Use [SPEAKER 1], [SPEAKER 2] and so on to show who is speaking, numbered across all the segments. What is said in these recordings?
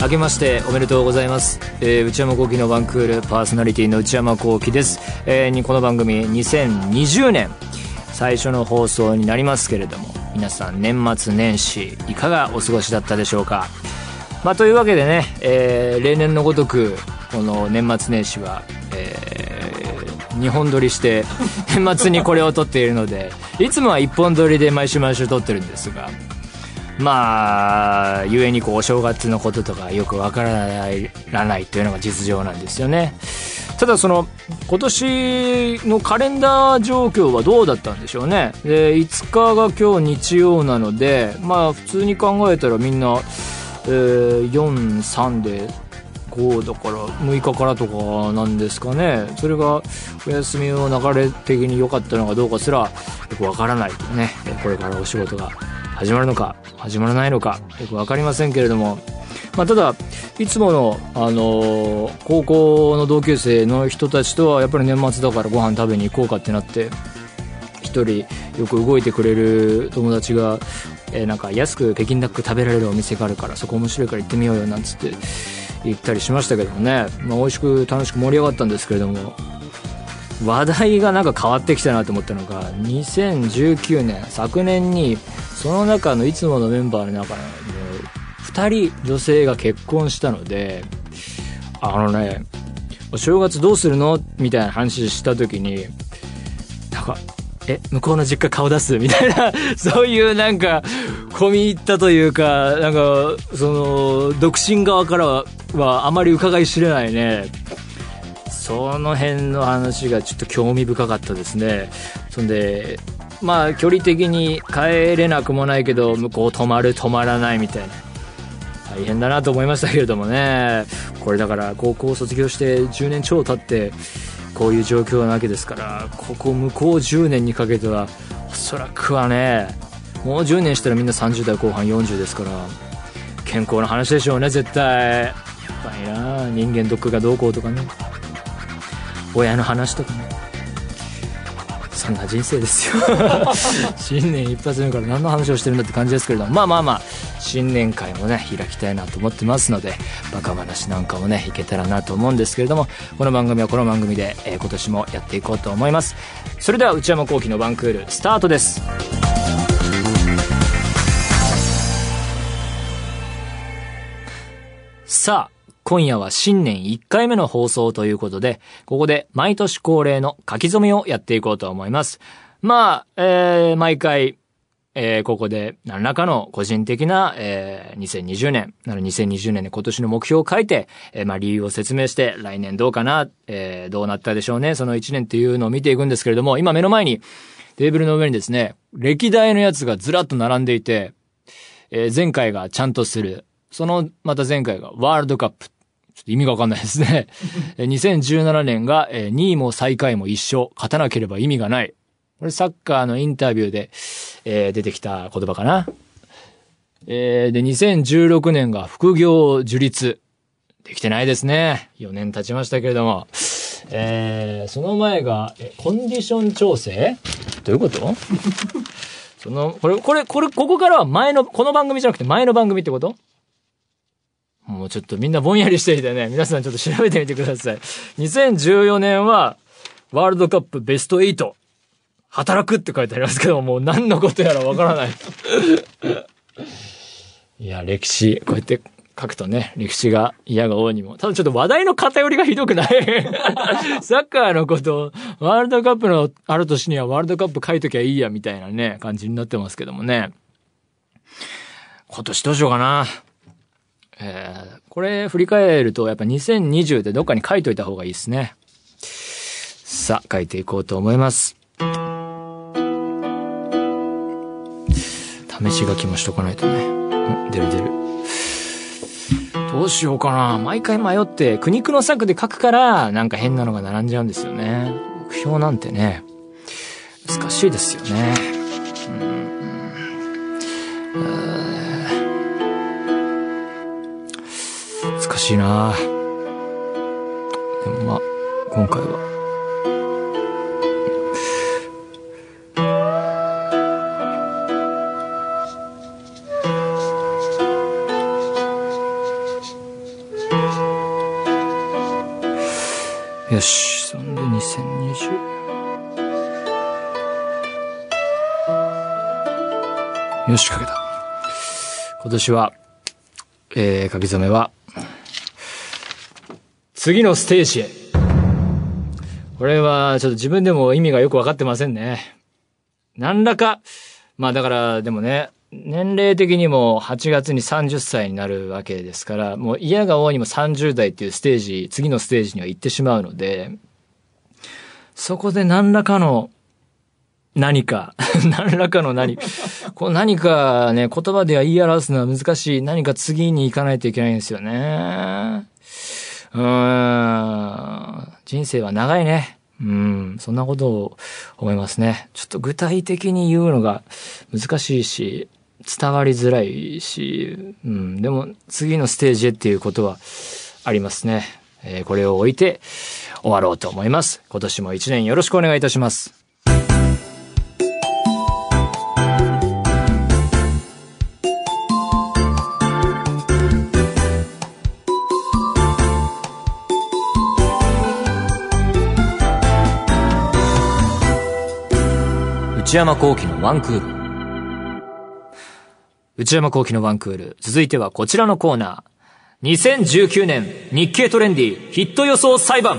[SPEAKER 1] 明けましておめでとうございます、えー、内山聖輝のワンクールパーソナリティの内山聖輝です、えー、この番組2020年最初の放送になりますけれども皆さん年末年始いかがお過ごしだったでしょうかまあ、というわけでね、えー、例年のごとくこの年末年始は、えー、2本撮りして 年末にこれを撮っているのでいつもは1本撮りで毎週毎週撮ってるんですがまあ故にこうお正月のこととかよくわからないらないというのが実情なんですよねただその今年のカレンダー状況はどうだったんでしょうねで5日が今日日曜なのでまあ普通に考えたらみんなえー、43で5だから6日からとかなんですかねそれがお休みの流れ的に良かったのかどうかすらよくわからないとねこれからお仕事が始まるのか始まらないのかよく分かりませんけれども、まあ、ただいつもの、あのー、高校の同級生の人たちとはやっぱり年末だからご飯食べに行こうかってなって1人よく動いてくれる友達がえなんか安く北京ダック食べられるお店があるからそこ面白いから行ってみようよなんつって行ったりしましたけどもね、まあ、美味しく楽しく盛り上がったんですけれども話題がなんか変わってきたなと思ったのが2019年昨年にその中のいつものメンバーの中で2人女性が結婚したのであのねお正月どうするのみたいな話した時になんかえ、向こうの実家顔出すみたいな、 そういうなんか、込み入ったというか、なんか、その、独身側からは、はあまり伺い知れないね。その辺の話がちょっと興味深かったですね。そんで、まあ、距離的に帰れなくもないけど、向こう泊まる、泊まらないみたいな。大変だなと思いましたけれどもね。これだから、高校卒業して10年超経って、こういう状況なわけですからここ向こう10年にかけてはおそらくはねもう10年したらみんな30代後半40ですから健康な話でしょうね絶対やっぱりな人間ドックがどうこうとかね親の話とかねそんな人生ですよ 新年一発目から何の話をしてるんだって感じですけれどもまあまあまあ新年会もね開きたいなと思ってますのでバカ話なんかもねいけたらなと思うんですけれどもこの番組はこの番組で、えー、今年もやっていこうと思いますそれでは内山聖輝のワンクールスタートですさあ今夜は新年1回目の放送ということで、ここで毎年恒例の書き初めをやっていこうと思います。まあ、えー、毎回、えー、ここで何らかの個人的な、えー、2020年、なの2020年で今年の目標を書いて、えー、まあ理由を説明して、来年どうかな、えー、どうなったでしょうね、その1年っていうのを見ていくんですけれども、今目の前に、テーブルの上にですね、歴代のやつがずらっと並んでいて、えー、前回がちゃんとする、その、また前回がワールドカップ。ちょっと意味がわかんないですね。2017年が2位も最下位も一緒。勝たなければ意味がない。これサッカーのインタビューで、えー、出てきた言葉かな。えー、で、2016年が副業樹立。できてないですね。4年経ちましたけれども。えー、その前が、コンディション調整どういうことその、これ、これ、これ、ここからは前の、この番組じゃなくて前の番組ってこともうちょっとみんなぼんやりしていてね、皆さんちょっと調べてみてください。2014年は、ワールドカップベスト8。働くって書いてありますけど、もう何のことやらわからない。いや、歴史、こうやって書くとね、歴史が嫌が多にも。ただちょっと話題の偏りがひどくない サッカーのこと、ワールドカップのある年にはワールドカップ書いときゃいいや、みたいなね、感じになってますけどもね。今年どうしようかな。えー、これ振り返るとやっぱ2020でどっかに書いといた方がいいですね。さあ、書いていこうと思います。試し書きもしとかないとね。出る出る。どうしようかな。毎回迷って、苦肉の策で書くから、なんか変なのが並んじゃうんですよね。目標なんてね、難しいですよね。うん、うん難しいなでもまあ、今回は。よしそんで2020よし書けた今年はえー、書き初めは次のステージへこれはちょっと自分でも意味がよくわかってませんね何らかまあだからでもね年齢的にも8月に30歳になるわけですからもう嫌が多にも30代っていうステージ次のステージには行ってしまうのでそこで何らかの何か、 何らかの何、こう何かね、言葉では言い表すのは難しい、何か次に行かないといけないんですよね。うーん。人生は長いね。うん。そんなことを思いますね。ちょっと具体的に言うのが難しいし、伝わりづらいし、うん。でも、次のステージへっていうことはありますね。えーこれを置いて終わろうと思います。今年も一年よろしくお願いいたします。内山幸喜のワンクール。内山幸喜のワンクール。続いてはこちらのコーナー。2019年日経トレンディヒット予想裁判。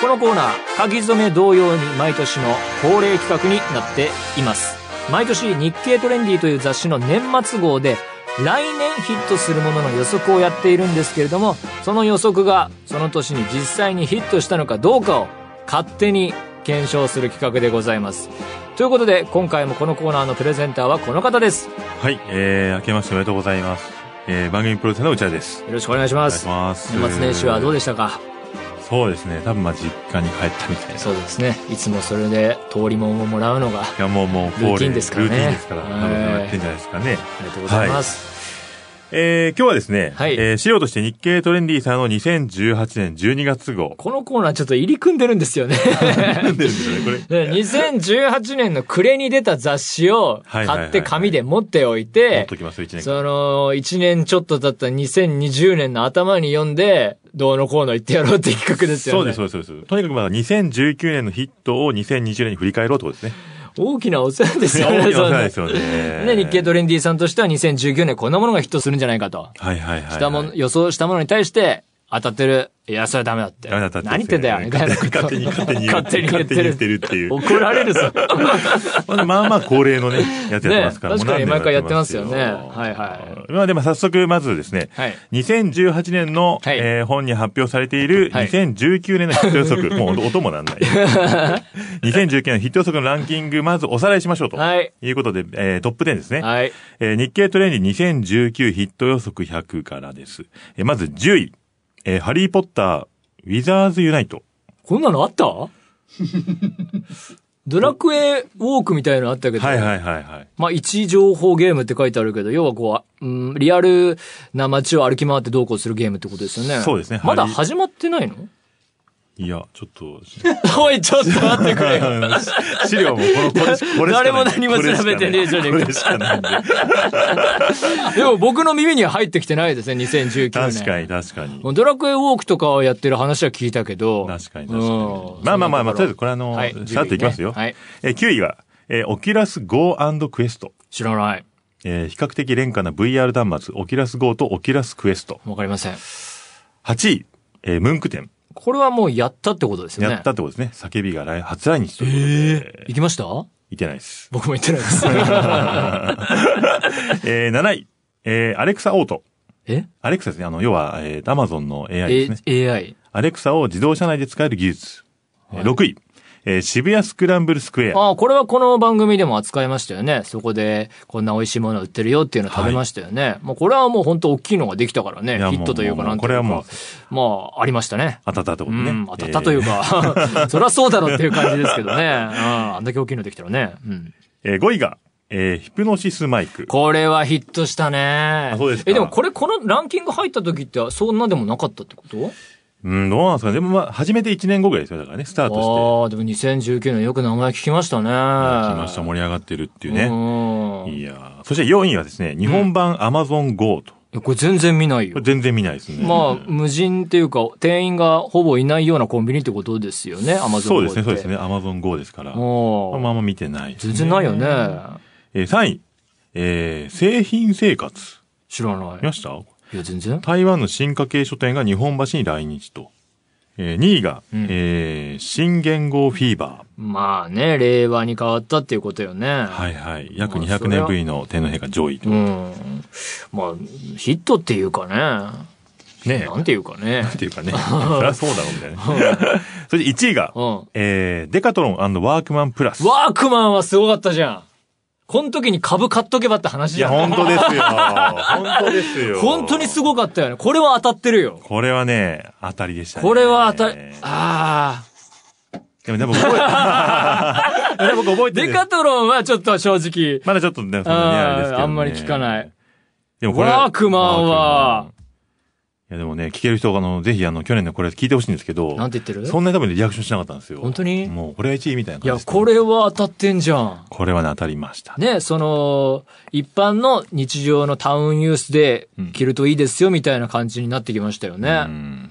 [SPEAKER 1] このコーナー、書き初め同様に毎年の恒例企画になっています。毎年日経トレンディという雑誌の年末号で来年ヒットするものの予測をやっているんですけれども、その予測がその年に実際にヒットしたのかどうかを勝手に検証する企画でございます。ということで、今回もこのコーナーのプレゼンターはこの方です。よ
[SPEAKER 2] はい、えー、明けましておめでとうございます。えー、番組プロデューサーの内田です。
[SPEAKER 1] ろしくお願いしま
[SPEAKER 2] お願い
[SPEAKER 1] す
[SPEAKER 2] し。ます。
[SPEAKER 1] 年末年始はどう
[SPEAKER 2] で
[SPEAKER 1] でしたか
[SPEAKER 2] そうですね、多分まあ実家に帰ったみたいな。
[SPEAKER 1] そうですね。いつもそれで通りもんをもらうのが
[SPEAKER 2] いや、もうもう恒例、
[SPEAKER 1] ルーティンですからね
[SPEAKER 2] ルーティンですから、
[SPEAKER 1] はい
[SPEAKER 2] 多分やってんじゃないですかね。
[SPEAKER 1] ありがとうございます。
[SPEAKER 2] えー、今日はですね、
[SPEAKER 1] はい
[SPEAKER 2] えー資料として日経トレンディさんの2018年12月号。
[SPEAKER 1] このコーナーちょっと入り組んでるんですよね。
[SPEAKER 2] 出んですよね、こ れ。
[SPEAKER 1] で2018年の暮れに出た雑誌を
[SPEAKER 2] はいはいは
[SPEAKER 1] 買
[SPEAKER 2] いは
[SPEAKER 1] っ
[SPEAKER 2] い
[SPEAKER 1] て紙で持っておいて、
[SPEAKER 2] 持っときます、1年間。
[SPEAKER 1] その、1年ちょっと経った2020年の頭に読んで、どうのこうの言ってやろうって企画ですよね。
[SPEAKER 2] そうです、そうです、そうです。とにかくまだ2019年のヒットを2020年に振り返ろうってことですね。
[SPEAKER 1] 大きなお世話です
[SPEAKER 2] いや
[SPEAKER 1] よ
[SPEAKER 2] 大
[SPEAKER 1] ね。
[SPEAKER 2] きなお世話です
[SPEAKER 1] そ
[SPEAKER 2] よ
[SPEAKER 1] う
[SPEAKER 2] ね。
[SPEAKER 1] ね。ね日経トレンディさんとしては2019年こんなものがヒットするんじゃないかと。
[SPEAKER 2] はいはいはいはい。
[SPEAKER 1] したもの、予想したものに対して、当たってる。いや、それはダメだって。
[SPEAKER 2] ダメだった
[SPEAKER 1] 何言ってんだよ、みたいなこと。
[SPEAKER 2] 勝手に勝手に言う
[SPEAKER 1] 勝手に言ってる。
[SPEAKER 2] 勝手に言ってるっていう
[SPEAKER 1] 怒られる ぞ。
[SPEAKER 2] まあまあまあ恒例のね、やつやってますか
[SPEAKER 1] ね確かに
[SPEAKER 2] ら。もう何年も。
[SPEAKER 1] 毎回やってますよねはいはい
[SPEAKER 2] まあでも早速まずですね、
[SPEAKER 1] はい
[SPEAKER 2] 2018年の、
[SPEAKER 1] はい
[SPEAKER 2] えー本に発表されている
[SPEAKER 1] はい
[SPEAKER 2] 2019年のヒット予 測、もう音もなんない。2019年のヒット予測のランキング、まずおさらいしましょうと。
[SPEAKER 1] はい
[SPEAKER 2] いうことで、えートップ10ですね。
[SPEAKER 1] はい。
[SPEAKER 2] えー日経トレンディ2019ヒット予測100からです。えーまず10位、えーハリーポッター、ウィザーズユナイト。
[SPEAKER 1] こんなのあった ドラクエウォークみたいなのあったけど、
[SPEAKER 2] はいはいはいはい。
[SPEAKER 1] まあ位置情報ゲームって書いてあるけど、要はこう、うん、リアルな街を歩き回ってどうこうするゲームってことですよね。
[SPEAKER 2] そうですね
[SPEAKER 1] まだ
[SPEAKER 2] はい
[SPEAKER 1] 始まってないの
[SPEAKER 2] いや、ちょっと、
[SPEAKER 1] おい、ちょっと待ってくれよ。
[SPEAKER 2] 資料もこのこれしこれしかない
[SPEAKER 1] 誰も何も調べてねえじゃねえか
[SPEAKER 2] これしかないんで。
[SPEAKER 1] でも僕の耳には入ってきてないですね、2019年。
[SPEAKER 2] 確かに確かに。
[SPEAKER 1] ドラクエウォークとかをやってる話は聞いたけど。
[SPEAKER 2] 確かに確か
[SPEAKER 1] う
[SPEAKER 2] に。
[SPEAKER 1] ん
[SPEAKER 2] まあまあまあまあ、とりあえずこれあの、
[SPEAKER 1] はい
[SPEAKER 2] さっといきますよ。
[SPEAKER 1] はい
[SPEAKER 2] えー9位は、えーオキュラス Go Quest。
[SPEAKER 1] 知らない。
[SPEAKER 2] えー比較的廉価な VR 端末、オキュラス Go とオキュラス Quest。
[SPEAKER 1] わかりません。
[SPEAKER 2] 8位、えームンク店。
[SPEAKER 1] これはもうやったってことですよね。
[SPEAKER 2] やったってことですね。叫びが来初来日ということで。
[SPEAKER 1] 行きました
[SPEAKER 2] いてないです。
[SPEAKER 1] 僕も行ってないです。
[SPEAKER 2] えー7位、えーアレクサオート。
[SPEAKER 1] え
[SPEAKER 2] アレクサですね。あの、要は、えー、アマゾンの AI ですね。
[SPEAKER 1] A- ?AI。
[SPEAKER 2] アレクサを自動車内で使える技術。えー6位、えー渋谷スクランブルスクエア。
[SPEAKER 1] ああ、これはこの番組でも扱いましたよね。そこで、こんな美味しいもの売ってるよっていうのを食べましたよね。もうこれはもう本当大きいのができたからね。
[SPEAKER 2] いや
[SPEAKER 1] ヒットというか
[SPEAKER 2] もうもう
[SPEAKER 1] なんていうか。
[SPEAKER 2] もうこ
[SPEAKER 1] まあ、ありましたね。
[SPEAKER 2] 当たったってこと
[SPEAKER 1] う
[SPEAKER 2] ね。
[SPEAKER 1] ん、当たったというか、 そりゃそうだろうっていう感じですけどね。うん、あんだけ大きいのできたらね。うん。
[SPEAKER 2] えーえー5位が、えーヒプノシスマイク。
[SPEAKER 1] これはヒットしたね。
[SPEAKER 2] そうですか
[SPEAKER 1] え、でもこれ、このランキング入った時って、そんなでもなかったってこと
[SPEAKER 2] うん、どうなんですかね。でもまあ、初めて1年後ぐらいですよ。だからね、スタートして。
[SPEAKER 1] ああ、でも2019年よく名前聞きましたね。
[SPEAKER 2] 来
[SPEAKER 1] 聞
[SPEAKER 2] ました、盛り上がってるっていう
[SPEAKER 1] う
[SPEAKER 2] ね。
[SPEAKER 1] ん
[SPEAKER 2] いやーそして4位はですね、日本版 Amazon Go と。
[SPEAKER 1] やこれ全然見ない
[SPEAKER 2] こ
[SPEAKER 1] よ
[SPEAKER 2] れ。全然見ないですね。
[SPEAKER 1] まあ、無人っていうか、店員がほぼいないようなコンビニってことですよね、アマゾ
[SPEAKER 2] そう
[SPEAKER 1] ンっ
[SPEAKER 2] です
[SPEAKER 1] て。
[SPEAKER 2] ね、そうですね。アマゾン GO ですから。ま
[SPEAKER 1] お
[SPEAKER 2] あ
[SPEAKER 1] ー
[SPEAKER 2] まあんま見てないですね、
[SPEAKER 1] 全然ないよね。
[SPEAKER 2] えー3位。えー製品生活。
[SPEAKER 1] 知らない
[SPEAKER 2] 見。ました
[SPEAKER 1] いや、全然。
[SPEAKER 2] 台湾の新華系書店が日本橋に来日と。えー、2位が、
[SPEAKER 1] うん
[SPEAKER 2] えー新元号フィーバ
[SPEAKER 1] まあね、令和に変わったっていうことよね。
[SPEAKER 2] ー。はいはい。約
[SPEAKER 1] まあそ
[SPEAKER 2] 200
[SPEAKER 1] れ
[SPEAKER 2] 年
[SPEAKER 1] は
[SPEAKER 2] ぶりの天皇陛下上位と。
[SPEAKER 1] う
[SPEAKER 2] ね
[SPEAKER 1] ん。まあ、ヒットっていうかね。
[SPEAKER 2] え。
[SPEAKER 1] なんていうかね。
[SPEAKER 2] っていう かね。そりゃそうだろうみたいな。 そして1位が、
[SPEAKER 1] うん。
[SPEAKER 2] えーデカトロンワークマンプラス。
[SPEAKER 1] ワークマンはすごかったじゃん。この時に株買っとけばって話
[SPEAKER 2] い
[SPEAKER 1] じ
[SPEAKER 2] や、
[SPEAKER 1] ゃん。
[SPEAKER 2] 本当ですよ。本当ですよ。
[SPEAKER 1] 本当にすごかったよね。これは当たってるよ。
[SPEAKER 2] これはね、当たりでしたね。
[SPEAKER 1] これは当たり、ああ。
[SPEAKER 2] でも、でも覚え て、でも僕覚えてる
[SPEAKER 1] デカトロンはちょっと正直。
[SPEAKER 2] まだちょっとね、そんなにあれですけど、
[SPEAKER 1] あー
[SPEAKER 2] ね。
[SPEAKER 1] あんまり聞かない。。
[SPEAKER 2] でもこれ
[SPEAKER 1] ワークマンは、、
[SPEAKER 2] いやでもね、聞ける人が、あの、ぜひ、あの、去年のこれ聞いてほしいんですけど、
[SPEAKER 1] なんて言ってる
[SPEAKER 2] そんなに多分リアクションしなかったんですよ。
[SPEAKER 1] 本当に
[SPEAKER 2] もう、これは1位みたいない感
[SPEAKER 1] や
[SPEAKER 2] じで、すね
[SPEAKER 1] こ。れは当たってんじゃん。
[SPEAKER 2] これはね、当たりました。
[SPEAKER 1] ね、その、一般の日常のタウンユースで着るといいですよみたいな感じになってきましたよね。
[SPEAKER 2] うん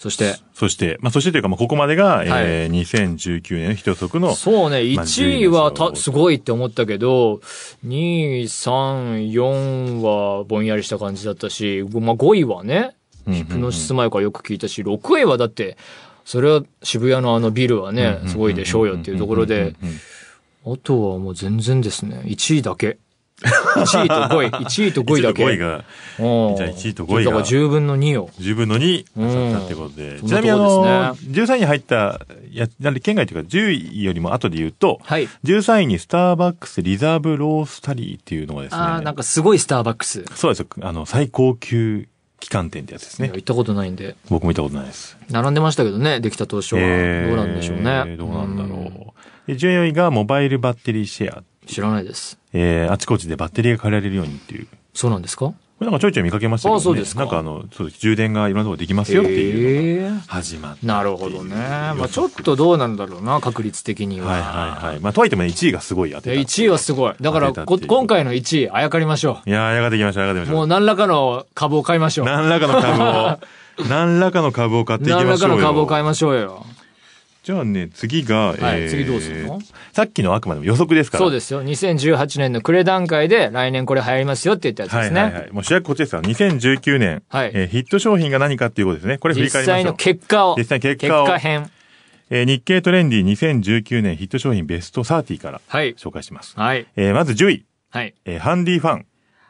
[SPEAKER 1] そして、
[SPEAKER 2] そして、まあ、そしてというか、まあ、ここまでが、
[SPEAKER 1] はい
[SPEAKER 2] えー、2019年の一足の、
[SPEAKER 1] そうね、
[SPEAKER 2] まあ
[SPEAKER 1] 1位は
[SPEAKER 2] 順
[SPEAKER 1] た
[SPEAKER 2] 位ですよ
[SPEAKER 1] すごいって思ったけど、2位、3、4はぼんやりした感じだったし、まあ、5位はね、
[SPEAKER 2] うんうん
[SPEAKER 1] ヒ
[SPEAKER 2] うん
[SPEAKER 1] プノシス前からよく聞いたし、6位はだって、それは渋谷のあのビルはね、すごいでしょうよっていうところで、
[SPEAKER 2] うんうんうん
[SPEAKER 1] あとはもう全然ですね、1位だけ。1位と5位、1位と5位だけ。
[SPEAKER 2] 1位が
[SPEAKER 1] うん
[SPEAKER 2] じゃあ1位と5位が
[SPEAKER 1] だから10分の2を。
[SPEAKER 2] 10分の2
[SPEAKER 1] ん
[SPEAKER 2] だったってことで、
[SPEAKER 1] そん
[SPEAKER 2] ちな
[SPEAKER 1] なとこ
[SPEAKER 2] みにあの、
[SPEAKER 1] で
[SPEAKER 2] 13位に入った、や、なんで県外というか10位よりも後で言うと、
[SPEAKER 1] はい。
[SPEAKER 2] 13位にスターバックスリザーブロースタリーっていうのがですね、
[SPEAKER 1] ああ、なんかすごいスターバックス。
[SPEAKER 2] そうですよ。あの、最高級機関店ってやつで
[SPEAKER 1] い
[SPEAKER 2] す
[SPEAKER 1] や
[SPEAKER 2] ね。
[SPEAKER 1] 行ったことないんで。
[SPEAKER 2] 僕も見たことないです。
[SPEAKER 1] 並んでましたけどね、できた当初は。
[SPEAKER 2] えー
[SPEAKER 1] どうなんでしょうね。
[SPEAKER 2] どうなんだ
[SPEAKER 1] ん
[SPEAKER 2] ろう。で、14位がモバイルバッテリーシェア。
[SPEAKER 1] 知らないです。
[SPEAKER 2] えー、あちこちでバッテリーが借りられるようにっていう。こ
[SPEAKER 1] そうなんですか
[SPEAKER 2] れなんかちょいちょい見かけましたけど
[SPEAKER 1] あ
[SPEAKER 2] ね。
[SPEAKER 1] そうですか
[SPEAKER 2] なんかあの、そうです。充電がいろんなところでできますよっていうのが
[SPEAKER 1] えー
[SPEAKER 2] 始まって。
[SPEAKER 1] なるほどね。まあちょっとどうなんだろうな、確率的には。
[SPEAKER 2] はいはいはい。まあ、とはいってもね、1位がすごい当てた。
[SPEAKER 1] 1位はすごい。だから
[SPEAKER 2] 当てたってい
[SPEAKER 1] こ、
[SPEAKER 2] う
[SPEAKER 1] 今回の1位、あやかりましょ
[SPEAKER 2] いやー、やがてきました、やがてき
[SPEAKER 1] う。
[SPEAKER 2] ま
[SPEAKER 1] も
[SPEAKER 2] し。
[SPEAKER 1] う何らかの株を買いましたょう。
[SPEAKER 2] 何らかの株を、 何らかの株を買っていきましょ
[SPEAKER 1] 何
[SPEAKER 2] うよ。
[SPEAKER 1] らかの株を買いましょうよ。
[SPEAKER 2] じゃあね、次が、
[SPEAKER 1] はい次どうするの
[SPEAKER 2] さっきのあくまでも予測ですから。
[SPEAKER 1] そうですよ。2018年の暮れ段階で来年これ流行りますよって言ったやつですね。
[SPEAKER 2] はいはいはい。もう主役こっちですから、2019年、
[SPEAKER 1] はい
[SPEAKER 2] えーヒット商品が何かっていうことですね。これ振り
[SPEAKER 1] 実
[SPEAKER 2] 返りま
[SPEAKER 1] 際
[SPEAKER 2] しょう。
[SPEAKER 1] の結果を。
[SPEAKER 2] 実際の結果を
[SPEAKER 1] 編。
[SPEAKER 2] えー日経トレンディ2019年ヒット商品ベスト30から
[SPEAKER 1] はい。
[SPEAKER 2] 紹介します。
[SPEAKER 1] はい。
[SPEAKER 2] えーまず10位、
[SPEAKER 1] はい。
[SPEAKER 2] えーハンディファン。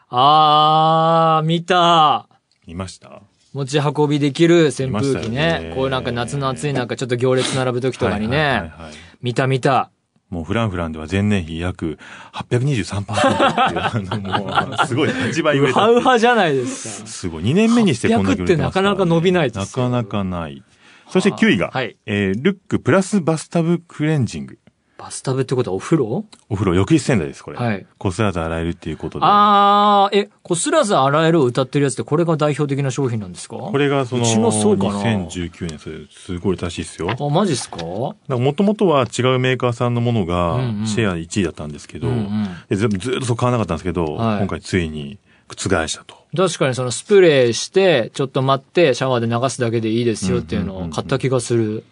[SPEAKER 1] あー、見た。
[SPEAKER 2] いました
[SPEAKER 1] 持ち運びできる扇風機
[SPEAKER 2] いましたよ
[SPEAKER 1] ね
[SPEAKER 2] ね。
[SPEAKER 1] こういうなんか夏の暑いなんかちょっと行列並ぶ時とかに
[SPEAKER 2] はいはい
[SPEAKER 1] ね。
[SPEAKER 2] はいはい
[SPEAKER 1] 見た見た。
[SPEAKER 2] もうフランフランでは前年比約823%っていう、あの、もう、すごい8倍売
[SPEAKER 1] ウ
[SPEAKER 2] れたっ
[SPEAKER 1] ハ
[SPEAKER 2] ていう。
[SPEAKER 1] ウハじゃないですか。
[SPEAKER 2] すごい。2年目にしてこんだけ売れて
[SPEAKER 1] 800
[SPEAKER 2] ますら
[SPEAKER 1] ってなかなか伸びないで
[SPEAKER 2] な
[SPEAKER 1] すよ
[SPEAKER 2] かなかない。そして9位が、
[SPEAKER 1] はい
[SPEAKER 2] えー、ルックプラスバスタブクレンジング。
[SPEAKER 1] バスタブってことはお風呂
[SPEAKER 2] お風呂、浴室洗剤です、これ。
[SPEAKER 1] はい
[SPEAKER 2] こすらず洗えるっていうことで。
[SPEAKER 1] あー、え、こすらず洗えるを歌ってるやつってこれが代表的な商品なんですか
[SPEAKER 2] これがその、
[SPEAKER 1] うちもそうかな
[SPEAKER 2] 2019年、それ、すごいらしいですよ。
[SPEAKER 1] あ、マジっすか
[SPEAKER 2] もともとは違うメーカーさんのものが
[SPEAKER 1] うんうん、
[SPEAKER 2] シェア1位だったんですけど、
[SPEAKER 1] うんうん
[SPEAKER 2] でずずっとそう買わなかったんですけど、
[SPEAKER 1] はい
[SPEAKER 2] 今回ついに覆したと。
[SPEAKER 1] 確かにそのスプレーして、ちょっと待って、シャワーで流すだけでいいですよっていうのを買った気がする。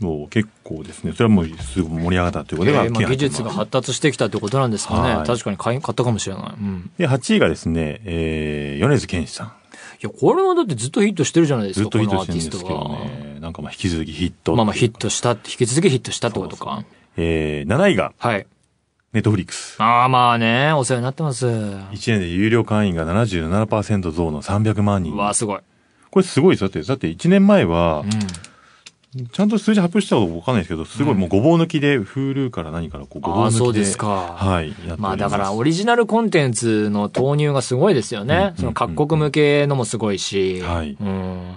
[SPEAKER 2] もう結構ですね、それはもうすごい盛り上がったということ
[SPEAKER 1] え
[SPEAKER 2] で、
[SPEAKER 1] ーまあ技術が発達してきたってことなんですか
[SPEAKER 2] は
[SPEAKER 1] ね。
[SPEAKER 2] い
[SPEAKER 1] 確かに買い買ったかもしれない。うん。
[SPEAKER 2] で、8位がですね、えー、米津玄師さん。
[SPEAKER 1] いや、これはだってずっとヒットしてるじゃないです
[SPEAKER 2] ずっ
[SPEAKER 1] か、
[SPEAKER 2] と
[SPEAKER 1] こ
[SPEAKER 2] ヒッ
[SPEAKER 1] の
[SPEAKER 2] ト
[SPEAKER 1] ア
[SPEAKER 2] し
[SPEAKER 1] ーティ
[SPEAKER 2] てるん
[SPEAKER 1] ス
[SPEAKER 2] です
[SPEAKER 1] ト
[SPEAKER 2] けど
[SPEAKER 1] が。
[SPEAKER 2] ね。なんかまあ引き続きヒット。
[SPEAKER 1] まあまあヒットしたって、引き続きヒットしたってこと
[SPEAKER 2] そう
[SPEAKER 1] か。
[SPEAKER 2] えー、7位が、
[SPEAKER 1] はい。
[SPEAKER 2] ネットフリックス。
[SPEAKER 1] ああまあね、お世話になってます。
[SPEAKER 2] 1年で有料会員が77%増の300万人
[SPEAKER 1] う。わ、すごい。
[SPEAKER 2] これすごいですよ。だって、だって1年前は
[SPEAKER 1] うん、。
[SPEAKER 2] ちゃんと数字発表したかどうかわかんないですけど、すごいもうごぼう抜きで、Hulu から何からこう、ごぼう
[SPEAKER 1] あ
[SPEAKER 2] 抜
[SPEAKER 1] あ、
[SPEAKER 2] きで。
[SPEAKER 1] そうですか。
[SPEAKER 2] はい。やっております
[SPEAKER 1] まあだからオリジナルコンテンツの投入がすごいですよね。
[SPEAKER 2] うん
[SPEAKER 1] その各国向けのもすごいし。
[SPEAKER 2] はい
[SPEAKER 1] うん。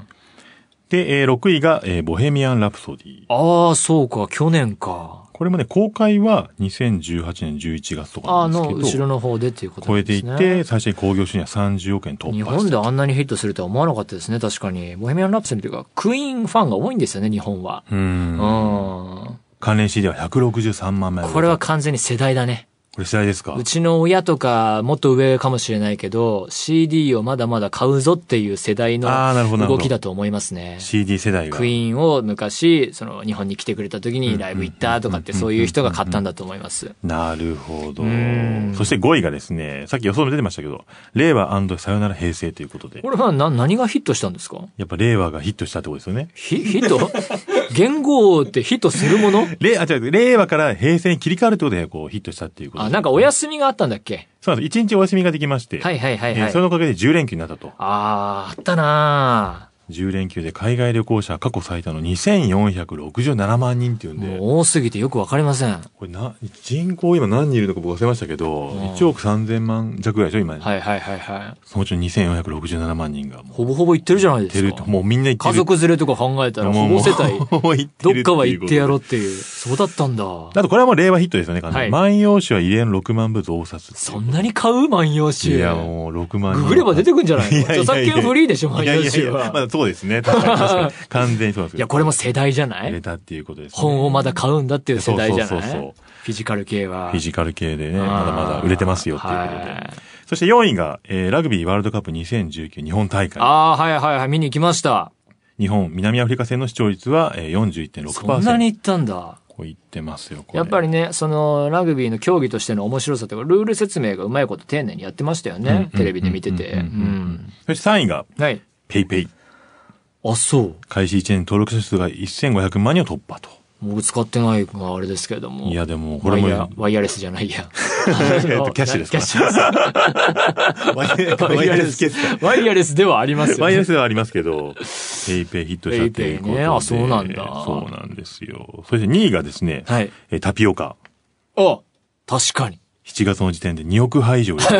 [SPEAKER 2] で、えー6位が、えーボヘミアン・ラプソディ。
[SPEAKER 1] ああ、そうか、去年か。
[SPEAKER 2] これもね、公開は2018年11月と
[SPEAKER 1] あ
[SPEAKER 2] か
[SPEAKER 1] あ
[SPEAKER 2] なん
[SPEAKER 1] の、
[SPEAKER 2] です
[SPEAKER 1] 後
[SPEAKER 2] けど、
[SPEAKER 1] ろの方でっていうこと
[SPEAKER 2] 超
[SPEAKER 1] な
[SPEAKER 2] え
[SPEAKER 1] ん
[SPEAKER 2] て
[SPEAKER 1] で
[SPEAKER 2] い
[SPEAKER 1] すね。
[SPEAKER 2] って、最初に興行収入は30億円突破
[SPEAKER 1] 日
[SPEAKER 2] し
[SPEAKER 1] 本
[SPEAKER 2] た
[SPEAKER 1] であんなにヒットするとは思わなかったですね、確かに。ボヘミアン・ラプソディというか、クイーンファンが多いんですよね、日本は。
[SPEAKER 2] う。
[SPEAKER 1] うんん。
[SPEAKER 2] 関連 CD は163万枚。
[SPEAKER 1] これは完全に世代だね。
[SPEAKER 2] これ世代ですか
[SPEAKER 1] うちの親とか、もっと上かもしれないけど、CD をまだまだ買うぞっていう世代の
[SPEAKER 2] あーなるほどなるほ
[SPEAKER 1] 動
[SPEAKER 2] ど
[SPEAKER 1] きだと思いますね。
[SPEAKER 2] ?CD 世代が。
[SPEAKER 1] クイーンを昔、その日本に来てくれた時にライブ行ったとかってそういう人が買ったんだと思います。
[SPEAKER 2] なるほど
[SPEAKER 1] ん。
[SPEAKER 2] そして5位がですね、さっき予想も出てましたけど、令和さよなら平成ということで
[SPEAKER 1] こ、れはな、何がヒットしたんですか
[SPEAKER 2] やっぱ令和がヒットしたってことですよね。
[SPEAKER 1] ヒ、ヒット 言語ってヒットするもの
[SPEAKER 2] 令あ違う令和から平成に切り替わるってことでこうヒットしたっていうこと
[SPEAKER 1] あ、なんかお休みがあったんだっけ
[SPEAKER 2] そうなんです。1日お休みができまして、
[SPEAKER 1] はいはいはいは
[SPEAKER 2] えー
[SPEAKER 1] い
[SPEAKER 2] そ。のおかげで10連休になったと。
[SPEAKER 1] あー、あったな
[SPEAKER 2] 10連休で海外旅行者過去最多の2467万人っていう
[SPEAKER 1] ー
[SPEAKER 2] んで、
[SPEAKER 1] もう多すぎてよくわかりません。
[SPEAKER 2] これな、人口今何人いるのか僕忘れましたけど、
[SPEAKER 1] うん
[SPEAKER 2] 1億3000万弱ぐらいでしょ、今。
[SPEAKER 1] はいはいはいはい。
[SPEAKER 2] そのうちの2467万人がもう、
[SPEAKER 1] ほぼほぼ行ってるじゃないで
[SPEAKER 2] て
[SPEAKER 1] す
[SPEAKER 2] る
[SPEAKER 1] か。
[SPEAKER 2] と、もうみんな行って
[SPEAKER 1] 家
[SPEAKER 2] る。
[SPEAKER 1] 族連れとか考えたら、
[SPEAKER 2] も
[SPEAKER 1] ほぼ
[SPEAKER 2] う
[SPEAKER 1] 世
[SPEAKER 2] も
[SPEAKER 1] 帯、
[SPEAKER 2] うもう行って
[SPEAKER 1] ど
[SPEAKER 2] る
[SPEAKER 1] っかは行ってやろ
[SPEAKER 2] う
[SPEAKER 1] うっていう。そうだったんだ。
[SPEAKER 2] あとこれはもう令和ヒットですよね、完全に
[SPEAKER 1] は
[SPEAKER 2] 万葉集は異例の6万部増刷っていう
[SPEAKER 1] そんなに買う万葉集。
[SPEAKER 2] いや、もう6万人
[SPEAKER 1] ググれば出てくんじゃないの
[SPEAKER 2] いやいやいや
[SPEAKER 1] 著作権フリーでしょ、万
[SPEAKER 2] いやい
[SPEAKER 1] 葉
[SPEAKER 2] やい
[SPEAKER 1] 集
[SPEAKER 2] や、
[SPEAKER 1] は。
[SPEAKER 2] まあそうですね。確かに確かに完全にそうなんです
[SPEAKER 1] いや、これも世代じゃな
[SPEAKER 2] 入れ
[SPEAKER 1] い
[SPEAKER 2] たっていうことですね、
[SPEAKER 1] 本をまだ買うんだっていう世代じゃ
[SPEAKER 2] そ
[SPEAKER 1] な
[SPEAKER 2] うそうそう
[SPEAKER 1] い
[SPEAKER 2] そう
[SPEAKER 1] フィジカル系は。
[SPEAKER 2] フィジカル系でね、
[SPEAKER 1] あー
[SPEAKER 2] まだまだ売れてますよっていうこと
[SPEAKER 1] は
[SPEAKER 2] で
[SPEAKER 1] い。
[SPEAKER 2] そして4位が、えーラグビーワールドカップ2019日本大会。
[SPEAKER 1] ああ、はいはいはい、見に行きました。
[SPEAKER 2] 日本、南アフリカ戦の視聴率は、えー、41.6%。
[SPEAKER 1] そんなに行ったんだ。
[SPEAKER 2] こう言ってますよ、これ
[SPEAKER 1] やっぱりね、そのラグビーの競技としての面白さとか、ルール説明がうまいこと丁寧にやってましたよ
[SPEAKER 2] うんうん
[SPEAKER 1] ね。テレビで見てて。
[SPEAKER 2] う
[SPEAKER 1] うんん。
[SPEAKER 2] そして3位が、
[SPEAKER 1] はい。
[SPEAKER 2] ペイペイ。
[SPEAKER 1] あ、そう。
[SPEAKER 2] 開始1年登録者数が1500万人を突 破と。
[SPEAKER 1] 僕使ってないのがあれですけれども。
[SPEAKER 2] いや、でも、こ
[SPEAKER 1] ワ
[SPEAKER 2] れ
[SPEAKER 1] イ
[SPEAKER 2] も、
[SPEAKER 1] ヤー、ワイヤレスじゃないや。
[SPEAKER 2] えっとキャッシュレス
[SPEAKER 1] キ
[SPEAKER 2] か
[SPEAKER 1] ャッシュレス。
[SPEAKER 2] ワイヤ レスワイヤレス決済。
[SPEAKER 1] ワイヤレスではありますよ、ね。
[SPEAKER 2] ワイヤレスではありますけど、ペイペイヒットしたっていうこと
[SPEAKER 1] ペイペイ
[SPEAKER 2] で。
[SPEAKER 1] ねあそうなんだ
[SPEAKER 2] そうなんですよ。そして2位がですね、
[SPEAKER 1] はい。
[SPEAKER 2] えータピオカ。
[SPEAKER 1] あ確かに。
[SPEAKER 2] 7月の時点で2億杯以上売れ てる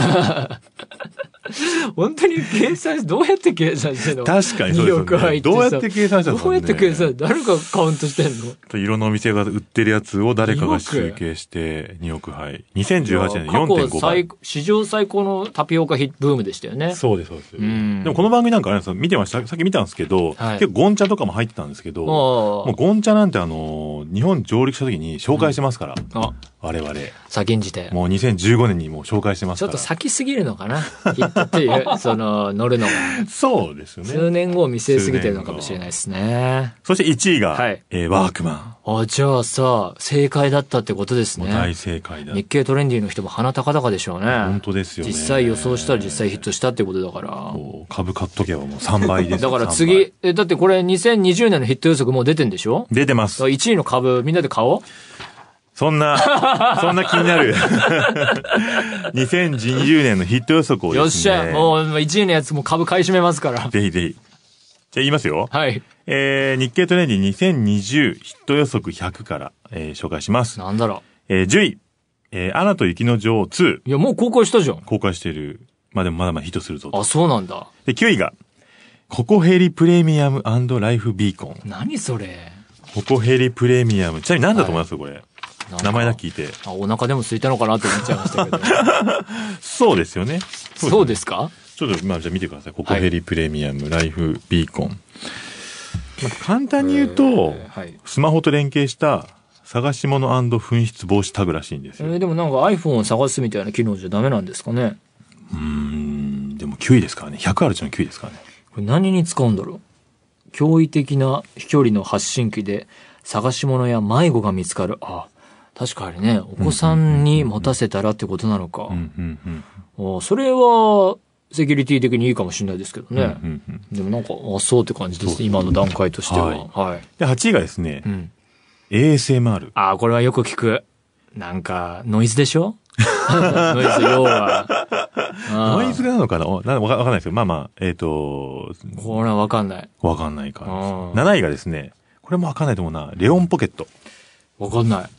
[SPEAKER 1] 本当に計算し、どうやって計算してんの
[SPEAKER 2] 確かにそうですよね
[SPEAKER 1] 2億入ってさ
[SPEAKER 2] どうやって計算したんです
[SPEAKER 1] ど
[SPEAKER 2] か
[SPEAKER 1] う
[SPEAKER 2] ね
[SPEAKER 1] やって計算、誰がカウントしてんの
[SPEAKER 2] いろんなお店が売ってるやつを誰かが
[SPEAKER 1] 2
[SPEAKER 2] 集
[SPEAKER 1] 億
[SPEAKER 2] 計して2億杯。2018年で
[SPEAKER 1] 過去
[SPEAKER 2] 4.5
[SPEAKER 1] 最
[SPEAKER 2] 倍。、
[SPEAKER 1] 史上最高のタピオカヒットブームでしたよね。
[SPEAKER 2] そうです、そうです。で
[SPEAKER 1] ん
[SPEAKER 2] もこの番組なんかあれなんですよ。見てました。さっき見たんですけど、
[SPEAKER 1] はい
[SPEAKER 2] 結構ゴンチャとかも入ってたんですけど、もう
[SPEAKER 1] も
[SPEAKER 2] ゴンチャなんてあのー、日本上陸した時に紹介してますから。
[SPEAKER 1] う、あ、
[SPEAKER 2] 我々。
[SPEAKER 1] 先んじて。
[SPEAKER 2] もう2015年にもう紹介してます
[SPEAKER 1] ちょ
[SPEAKER 2] か
[SPEAKER 1] っ
[SPEAKER 2] ら。
[SPEAKER 1] と先すぎるのかな。ヒットって いう、その、乗るのが。
[SPEAKER 2] そうですよ
[SPEAKER 1] 数
[SPEAKER 2] ね。
[SPEAKER 1] 年後を見据えすぎてるのかもしれないですね。
[SPEAKER 2] そして1位が、
[SPEAKER 1] はい
[SPEAKER 2] えーワークマ
[SPEAKER 1] あ、じゃあさ、正解だったってことです
[SPEAKER 2] ン。もう大
[SPEAKER 1] ね。
[SPEAKER 2] 正解だ。
[SPEAKER 1] 日経トレンディの人も鼻高々でしょうね。
[SPEAKER 2] 本当ですよね。
[SPEAKER 1] 実際予想したら実際ヒットしたってことだから。
[SPEAKER 2] こう株買っとけばもう3倍です
[SPEAKER 1] だ
[SPEAKER 2] よ
[SPEAKER 1] から
[SPEAKER 2] 3
[SPEAKER 1] 次
[SPEAKER 2] 倍、
[SPEAKER 1] え、だってこれ2020年のヒット予測もう出てんでしょ
[SPEAKER 2] 出てま
[SPEAKER 1] だ
[SPEAKER 2] す
[SPEAKER 1] から。1位の株みんなで買おう
[SPEAKER 2] そ んな、そんな気になる。2020年のヒット予測をですね。
[SPEAKER 1] よっしゃ、もう1位のやつも株買い占めますから。
[SPEAKER 2] ぜひぜひ。じゃあ言いますよ。
[SPEAKER 1] はい。
[SPEAKER 2] えー、日経トレンディ2020ヒット予測100から、えー紹介します。
[SPEAKER 1] なんだろ
[SPEAKER 2] えー、10位。えー、アナと雪の女王2。
[SPEAKER 1] う。いや、もう公開したじゃん。
[SPEAKER 2] 公開している。まあでもまだまだヒットするぞと。
[SPEAKER 1] あ、そうなんだ。
[SPEAKER 2] で、9位が、ココヘリプレミアムライフビーコン。
[SPEAKER 1] 何それ。
[SPEAKER 2] ココヘリプレミアム。ちなみに何だと思います、これ。
[SPEAKER 1] なんか
[SPEAKER 2] 名前だけ聞いて。
[SPEAKER 1] あ、お腹でも空いたのかなって思っちゃいました けど。
[SPEAKER 2] そうですよね。
[SPEAKER 1] そうですか
[SPEAKER 2] ちょっと、まあ、じゃあ見てください。ココヘリプレミアムライフビーコン。まあ、簡単に言うと、
[SPEAKER 1] えーはい
[SPEAKER 2] スマホと連携した探し物紛失防止タグらしいんです
[SPEAKER 1] え
[SPEAKER 2] よ。
[SPEAKER 1] ーでもなんか iPhone を探すみたいな機能じゃダメなんですかね
[SPEAKER 2] うーん、でも9位ですからね。100あるうちの9位ですからね。
[SPEAKER 1] これ何に使うんだろう驚異的な飛距離の発信機で探し物や迷子が見つかる。あ、確かにね、お子さんに持たせたらってことなのか
[SPEAKER 2] う。ん、うん、うん。
[SPEAKER 1] あそれは、セキュリティ的にいいかもしれないですけどね。
[SPEAKER 2] うんうん
[SPEAKER 1] でもなんか、あ、そうって感じですね。今の段階としては。
[SPEAKER 2] はい
[SPEAKER 1] はい。
[SPEAKER 2] で、8位がですね
[SPEAKER 1] う、ん。
[SPEAKER 2] ASMR。
[SPEAKER 1] ああ、これはよく聞く。なんか、ノイズでしょ ノイズ、要は。
[SPEAKER 2] ノイ
[SPEAKER 1] あ
[SPEAKER 2] ズなのかなおなわかわかんないですけど、まあまあ、えっ、と、
[SPEAKER 1] ーこれはわかんない。
[SPEAKER 2] わかんないからです
[SPEAKER 1] うん
[SPEAKER 2] 7位がですね、これもわかんないと思うな、レオンポケット。
[SPEAKER 1] わかんない。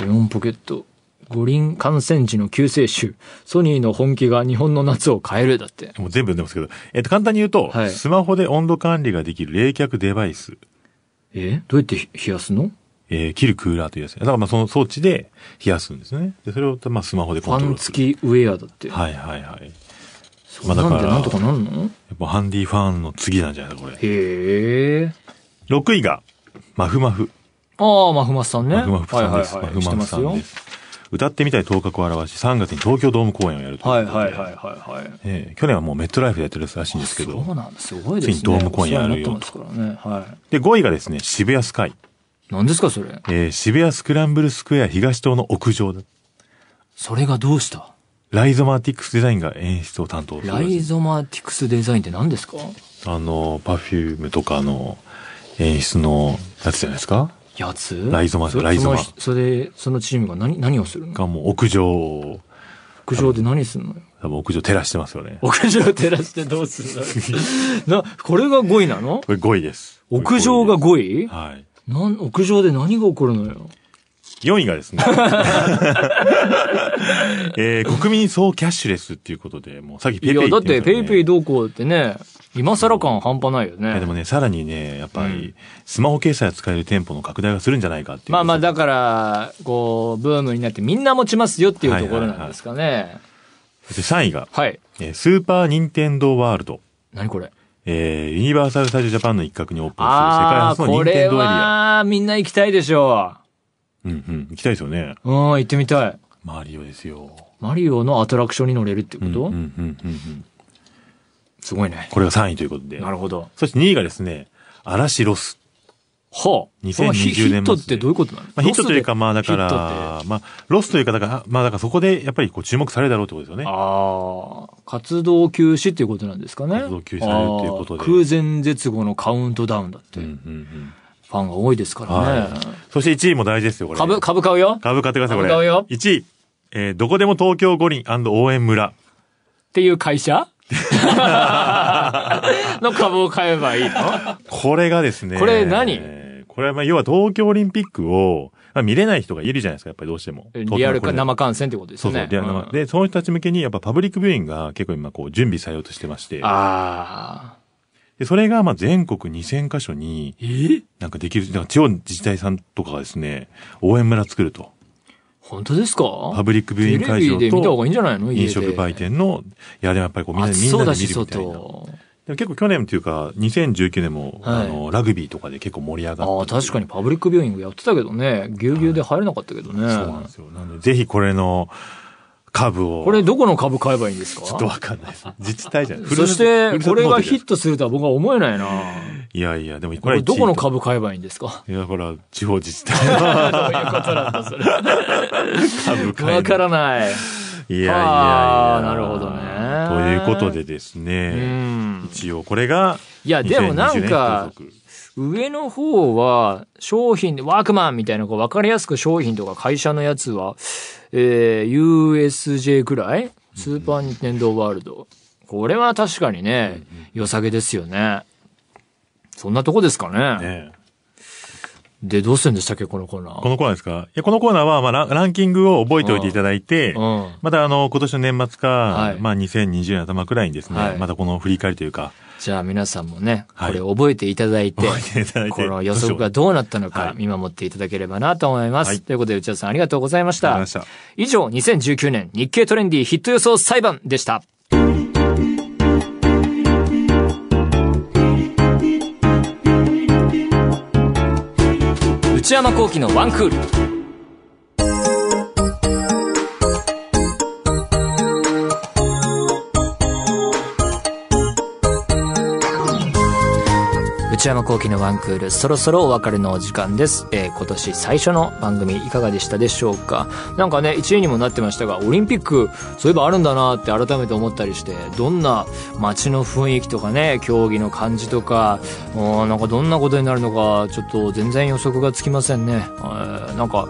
[SPEAKER 1] レモンポケット。五輪感染時の救世主。ソニーの本気が日本の夏を変える。だって。
[SPEAKER 2] もう全部読んでますけど、えっ、と、簡単に言うと、
[SPEAKER 1] はい
[SPEAKER 2] スマホで温度管理ができる冷却デバイス、
[SPEAKER 1] えどうやって冷やすの
[SPEAKER 2] えー、切るクーラーというやつ。だからまあその装置で冷やすんですね。で、それをまあスマホで
[SPEAKER 1] フ
[SPEAKER 2] コント
[SPEAKER 1] ァ
[SPEAKER 2] ロー
[SPEAKER 1] ン
[SPEAKER 2] ルする。
[SPEAKER 1] 付きウェアだって。
[SPEAKER 2] はいはいはい。や
[SPEAKER 1] そんなんでなんとかなんの
[SPEAKER 2] っぱハンディファンの次なんじゃないですか、これ。
[SPEAKER 1] へえ。
[SPEAKER 2] 6位が、まふまふ。
[SPEAKER 1] ああ、まふまふさんね。
[SPEAKER 2] まふまふさんです。
[SPEAKER 1] はいはいはい。
[SPEAKER 2] まふ
[SPEAKER 1] 知って
[SPEAKER 2] ま
[SPEAKER 1] ま
[SPEAKER 2] ふさ
[SPEAKER 1] す
[SPEAKER 2] ん
[SPEAKER 1] よ
[SPEAKER 2] で。す。歌ってみたい頭角を表し、3月に東京ドーム公演をやると
[SPEAKER 1] はい
[SPEAKER 2] いうことで
[SPEAKER 1] はいはいはいはい。
[SPEAKER 2] ええ去年はもうメットライフでやってるらしいんですけど。
[SPEAKER 1] そうなんだ、すごいですね。
[SPEAKER 2] ついにドーム公演やるよ
[SPEAKER 1] そうなってますからね。は
[SPEAKER 2] で、5位がですね、渋谷スカイ。
[SPEAKER 1] い。何ですか、それ。
[SPEAKER 2] えー渋谷スクランブルスクエア東棟の屋上だ。
[SPEAKER 1] それがどうした
[SPEAKER 2] ライゾマティックスデザインが演出を担当する
[SPEAKER 1] ラ
[SPEAKER 2] らしい
[SPEAKER 1] イ
[SPEAKER 2] です。
[SPEAKER 1] ゾマティクスデザインって何ですか
[SPEAKER 2] あの、パフュームとかの演出のやつじゃないですか
[SPEAKER 1] やつ
[SPEAKER 2] ライゾマ
[SPEAKER 1] そ
[SPEAKER 2] ライゾマ
[SPEAKER 1] そのそれ、そのチームが何、何をするの
[SPEAKER 2] がもう屋上を、
[SPEAKER 1] 屋上で何するのよ。
[SPEAKER 2] 多分屋上照らしてますよね。
[SPEAKER 1] 屋上照らしてどうするのな、これが5位なの
[SPEAKER 2] これ5位です。
[SPEAKER 1] 屋上が
[SPEAKER 2] 位
[SPEAKER 1] 5位
[SPEAKER 2] はい。
[SPEAKER 1] なん、屋上で何が起こるのよ。
[SPEAKER 2] 4位がです ね、えー国民総キャッシュレスっていうことで、もうさっき
[SPEAKER 1] い
[SPEAKER 2] ペイペイ
[SPEAKER 1] や、だって、ペイペイ
[SPEAKER 2] ど
[SPEAKER 1] どうこうってね、今更感半端ないよ
[SPEAKER 2] で
[SPEAKER 1] ね。
[SPEAKER 2] もね、さらにね、やっぱ
[SPEAKER 1] う
[SPEAKER 2] り、スマホ決済を使える店舗の拡大がするんじゃないかっていう。
[SPEAKER 1] まあまあ、だから、こう、ブームになってみんな持ちますよっていうところなんですかね。
[SPEAKER 2] そして3位が、
[SPEAKER 1] はい。
[SPEAKER 2] えースーパー・ニンテンドー・ワールド。
[SPEAKER 1] 何これ
[SPEAKER 2] えーユニバーサル・スタジオ・ジャパンの一角にオープンする世界
[SPEAKER 1] ああ
[SPEAKER 2] 初
[SPEAKER 1] ー、
[SPEAKER 2] のニ
[SPEAKER 1] こ
[SPEAKER 2] ンテ
[SPEAKER 1] れ
[SPEAKER 2] ンドーエリア。
[SPEAKER 1] は、みんな行きたいでしょ
[SPEAKER 2] うんうん。行きたいですよね。
[SPEAKER 1] う。うん、行ってみたい。
[SPEAKER 2] マリオですよ。
[SPEAKER 1] マリオのアトラクションに乗れるってこ
[SPEAKER 2] うんうんう
[SPEAKER 1] と
[SPEAKER 2] んうんうん。
[SPEAKER 1] すごいね。
[SPEAKER 2] これが3位ということで
[SPEAKER 1] な。るほど。
[SPEAKER 2] そして2位がですね、嵐ロス。
[SPEAKER 1] はあ。
[SPEAKER 2] 2020
[SPEAKER 1] このヒ
[SPEAKER 2] 年末
[SPEAKER 1] ヒットってどういうことなの
[SPEAKER 2] まあ、ヒットというか、
[SPEAKER 1] ロスで
[SPEAKER 2] まあだか
[SPEAKER 1] ヒットっ
[SPEAKER 2] ら、まあ、ロスというか、だから、まあだからそこでやっぱりこう注目されるだろうってことですよ
[SPEAKER 1] て
[SPEAKER 2] ね。
[SPEAKER 1] ああ、活動休止っていうことなんですかね。
[SPEAKER 2] 活動休止されるっていうことで
[SPEAKER 1] あー空前絶後のカウントダウンだって、
[SPEAKER 2] うんう
[SPEAKER 1] フ
[SPEAKER 2] ん
[SPEAKER 1] ァンが多いですか
[SPEAKER 2] うん。は
[SPEAKER 1] らね。
[SPEAKER 2] い。そして1位も大事ですよ、これ。
[SPEAKER 1] 株、株買うよっ
[SPEAKER 2] 株買ってください、これ。
[SPEAKER 1] 株買うよ
[SPEAKER 2] 1位。えーどこでも東京五輪応援村。
[SPEAKER 1] ていう会 社の株を買えばいいの
[SPEAKER 2] これがですね。
[SPEAKER 1] これ何
[SPEAKER 2] これはまあ要は東京オリンピックを、まあ、見れない人がいるじゃないですか、やっぱりどうしても。
[SPEAKER 1] リアルか
[SPEAKER 2] 東京のこれ
[SPEAKER 1] 生観戦ってことです
[SPEAKER 2] そ
[SPEAKER 1] よ
[SPEAKER 2] うそう、
[SPEAKER 1] ね。
[SPEAKER 2] リアル生、
[SPEAKER 1] うん
[SPEAKER 2] で、その人たち向けに、やっぱパブリックビューイングが結構今こう準備されようとしてまして、
[SPEAKER 1] ああ。
[SPEAKER 2] でそれがまあ全国2000箇所に
[SPEAKER 1] え
[SPEAKER 2] なんかできる、なんか地方自治体さんとかがですね、応援村作ると。
[SPEAKER 1] 本当ですか
[SPEAKER 2] パブリックビューイング
[SPEAKER 1] テ
[SPEAKER 2] 会
[SPEAKER 1] レビ
[SPEAKER 2] 場
[SPEAKER 1] で見た方がいいん
[SPEAKER 2] と、
[SPEAKER 1] じゃないの家で。
[SPEAKER 2] 飲食売店の、いやでもやっぱりこうみんな、
[SPEAKER 1] 暑
[SPEAKER 2] みん
[SPEAKER 1] そう
[SPEAKER 2] な
[SPEAKER 1] だ
[SPEAKER 2] で見
[SPEAKER 1] し、
[SPEAKER 2] るみたいな。
[SPEAKER 1] 外。
[SPEAKER 2] でも結構去年というか、2019年も、
[SPEAKER 1] はい
[SPEAKER 2] あの、ラグビーとかで結構盛り上がった。
[SPEAKER 1] ああ、確かにパブリックビューイングやってたけどね、ぎゅうぎゅうで入れなかったけどね。
[SPEAKER 2] そうなんですよ。なので、ぜひこれの株を。
[SPEAKER 1] これどこの株買えばいいんですか
[SPEAKER 2] ちょっとわかんないです。自治体じゃない。
[SPEAKER 1] そして、これがヒッ
[SPEAKER 2] ト。
[SPEAKER 1] トするとは僕は思えないな。
[SPEAKER 2] いやいや、でもこ
[SPEAKER 1] こ
[SPEAKER 2] れ
[SPEAKER 1] れ
[SPEAKER 2] は
[SPEAKER 1] どこの
[SPEAKER 2] 一位と
[SPEAKER 1] 株買えばいいんです か
[SPEAKER 2] いや、これは地方自治体の
[SPEAKER 1] どういうことなんだ、それ。
[SPEAKER 2] 株価。
[SPEAKER 1] わからない。
[SPEAKER 2] いやいやいや。
[SPEAKER 1] あーなるほどね
[SPEAKER 2] ということでです
[SPEAKER 1] う
[SPEAKER 2] ね。
[SPEAKER 1] ん。
[SPEAKER 2] 一応これが、
[SPEAKER 1] いや、でもなんか、
[SPEAKER 2] 2020年
[SPEAKER 1] 上の方は商品で、ワークマンみたいなこう分かりやすく商品とか会社のやつは、えー、USJ くらいスーパーニンテンドーワールド。これは確かにね、良さげですよね。そんなとこですか
[SPEAKER 2] 東北
[SPEAKER 1] ね。
[SPEAKER 2] ね
[SPEAKER 1] で、どうするんでしたっけ、このコーナ
[SPEAKER 2] こ
[SPEAKER 1] ー。
[SPEAKER 2] のコーナーですかいや、このコーナーは、まあラン、ランキングを覚えておいていただいて、
[SPEAKER 1] うん。
[SPEAKER 2] またあの、今年の年末か、
[SPEAKER 1] はい
[SPEAKER 2] まあ2020年頭くらいにですね、
[SPEAKER 1] はい
[SPEAKER 2] またこの振り返りというか、
[SPEAKER 1] じゃあ皆さんもね、こ
[SPEAKER 2] はい
[SPEAKER 1] れ覚えていただいて、
[SPEAKER 2] 覚えていただい
[SPEAKER 1] こ
[SPEAKER 2] て
[SPEAKER 1] の予測がどうなったのか
[SPEAKER 2] はい
[SPEAKER 1] 見守っていただければなと思います。
[SPEAKER 2] はい
[SPEAKER 1] ということで、内田さんありがとうございました。
[SPEAKER 2] ありがとうございま
[SPEAKER 1] 以上、2019年日経トレンディヒット予想裁判でした。内山幸輝のワンクール。内山幸喜のワンクール、そろそろお別れのお時間です。えー今年最初の番組いかがでしたでしょうかなんかね、1位にもなってましたが、オリンピック、そういえばあるんだなって改めて思ったりして、どんな街の雰囲気とかね、競技の感じとか、もうなんかどんなことになるのか、ちょっと全然予測がつきませんね。えーなんか、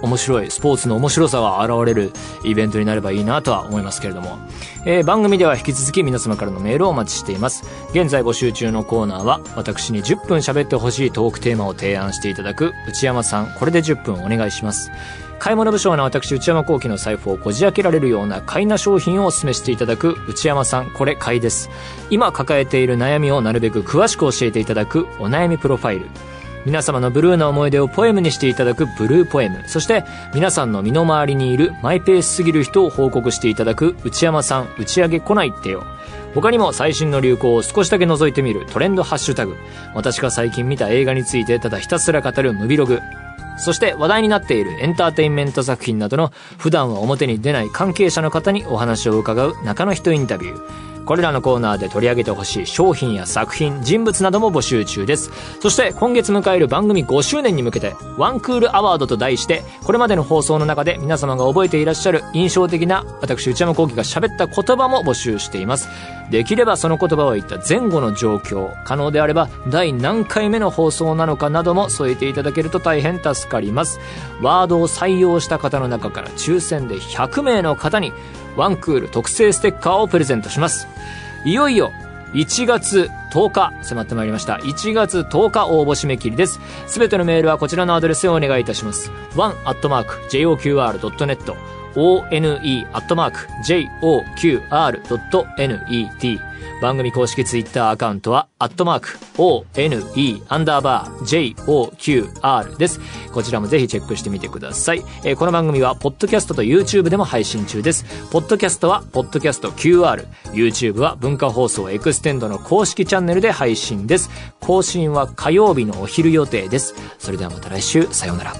[SPEAKER 1] 面白い、スポーツの面白さが現れるイベントになればいいなとは思いますけれども。えー番組では引き続き皆様からのメールをお待ちしています。現在募集中のコーナーは、私に10分喋ってほしいトークテーマを提案していただく、内山さん、これで10分お願いします。買い物不詳な私、内山幸喜の財布をこじ開けられるような買いな商品をお勧めしていただく、内山さん、これ買いです。今抱えている悩みをなるべく詳しく教えていただく、お悩みプロファイル。皆様のブルーな思い出をポエムにしていただくブルーポエム。そして、皆さんの身の回りにいるマイペースすぎる人を報告していただく内山さん、打ち上げ来ないってよ。他にも最新の流行を少しだけ覗いてみるトレンドハッシュタグ。私が最近見た映画についてただひたすら語るムビログ。そして話題になっているエンターテインメント作品などの普段は表に出ない関係者の方にお話を伺う中の人インタビュー。これらのコーナーで取り上げてほしい商品や作品、人物なども募集中です。そして今月迎える番組5周年に向けて、ワンクールアワードと題して、これまでの放送の中で皆様が覚えていらっしゃる印象的な私内山幸輝が喋った言葉も募集しています。できればその言葉を言った前後の状況、可能であれば第何回目の放送なのかなども添えていただけると大変助かります。ワードを採用した方の中から抽選で100名の方にワンクール特製ステッカーをプレゼントします。いよいよ1月10日迫ってまいりました。1月10日応募締め切りです。すべてのメールはこちらのアドレスへお願いいたします。one.joqr.net one.joqr.net 番組公式ツイッターアカウントは、アットマーク、one, アンダーバー、joqr です。こちらもぜひチェックしてみてください。えーこの番組は、ポッドキャストと YouTube でも配信中です。ポッドキャストは、ポッドキャスト QR、YouTube は文化放送エクステンドの公式チャンネルで配信です。更新は火曜日のお昼予定です。それではまた来週、さようなら。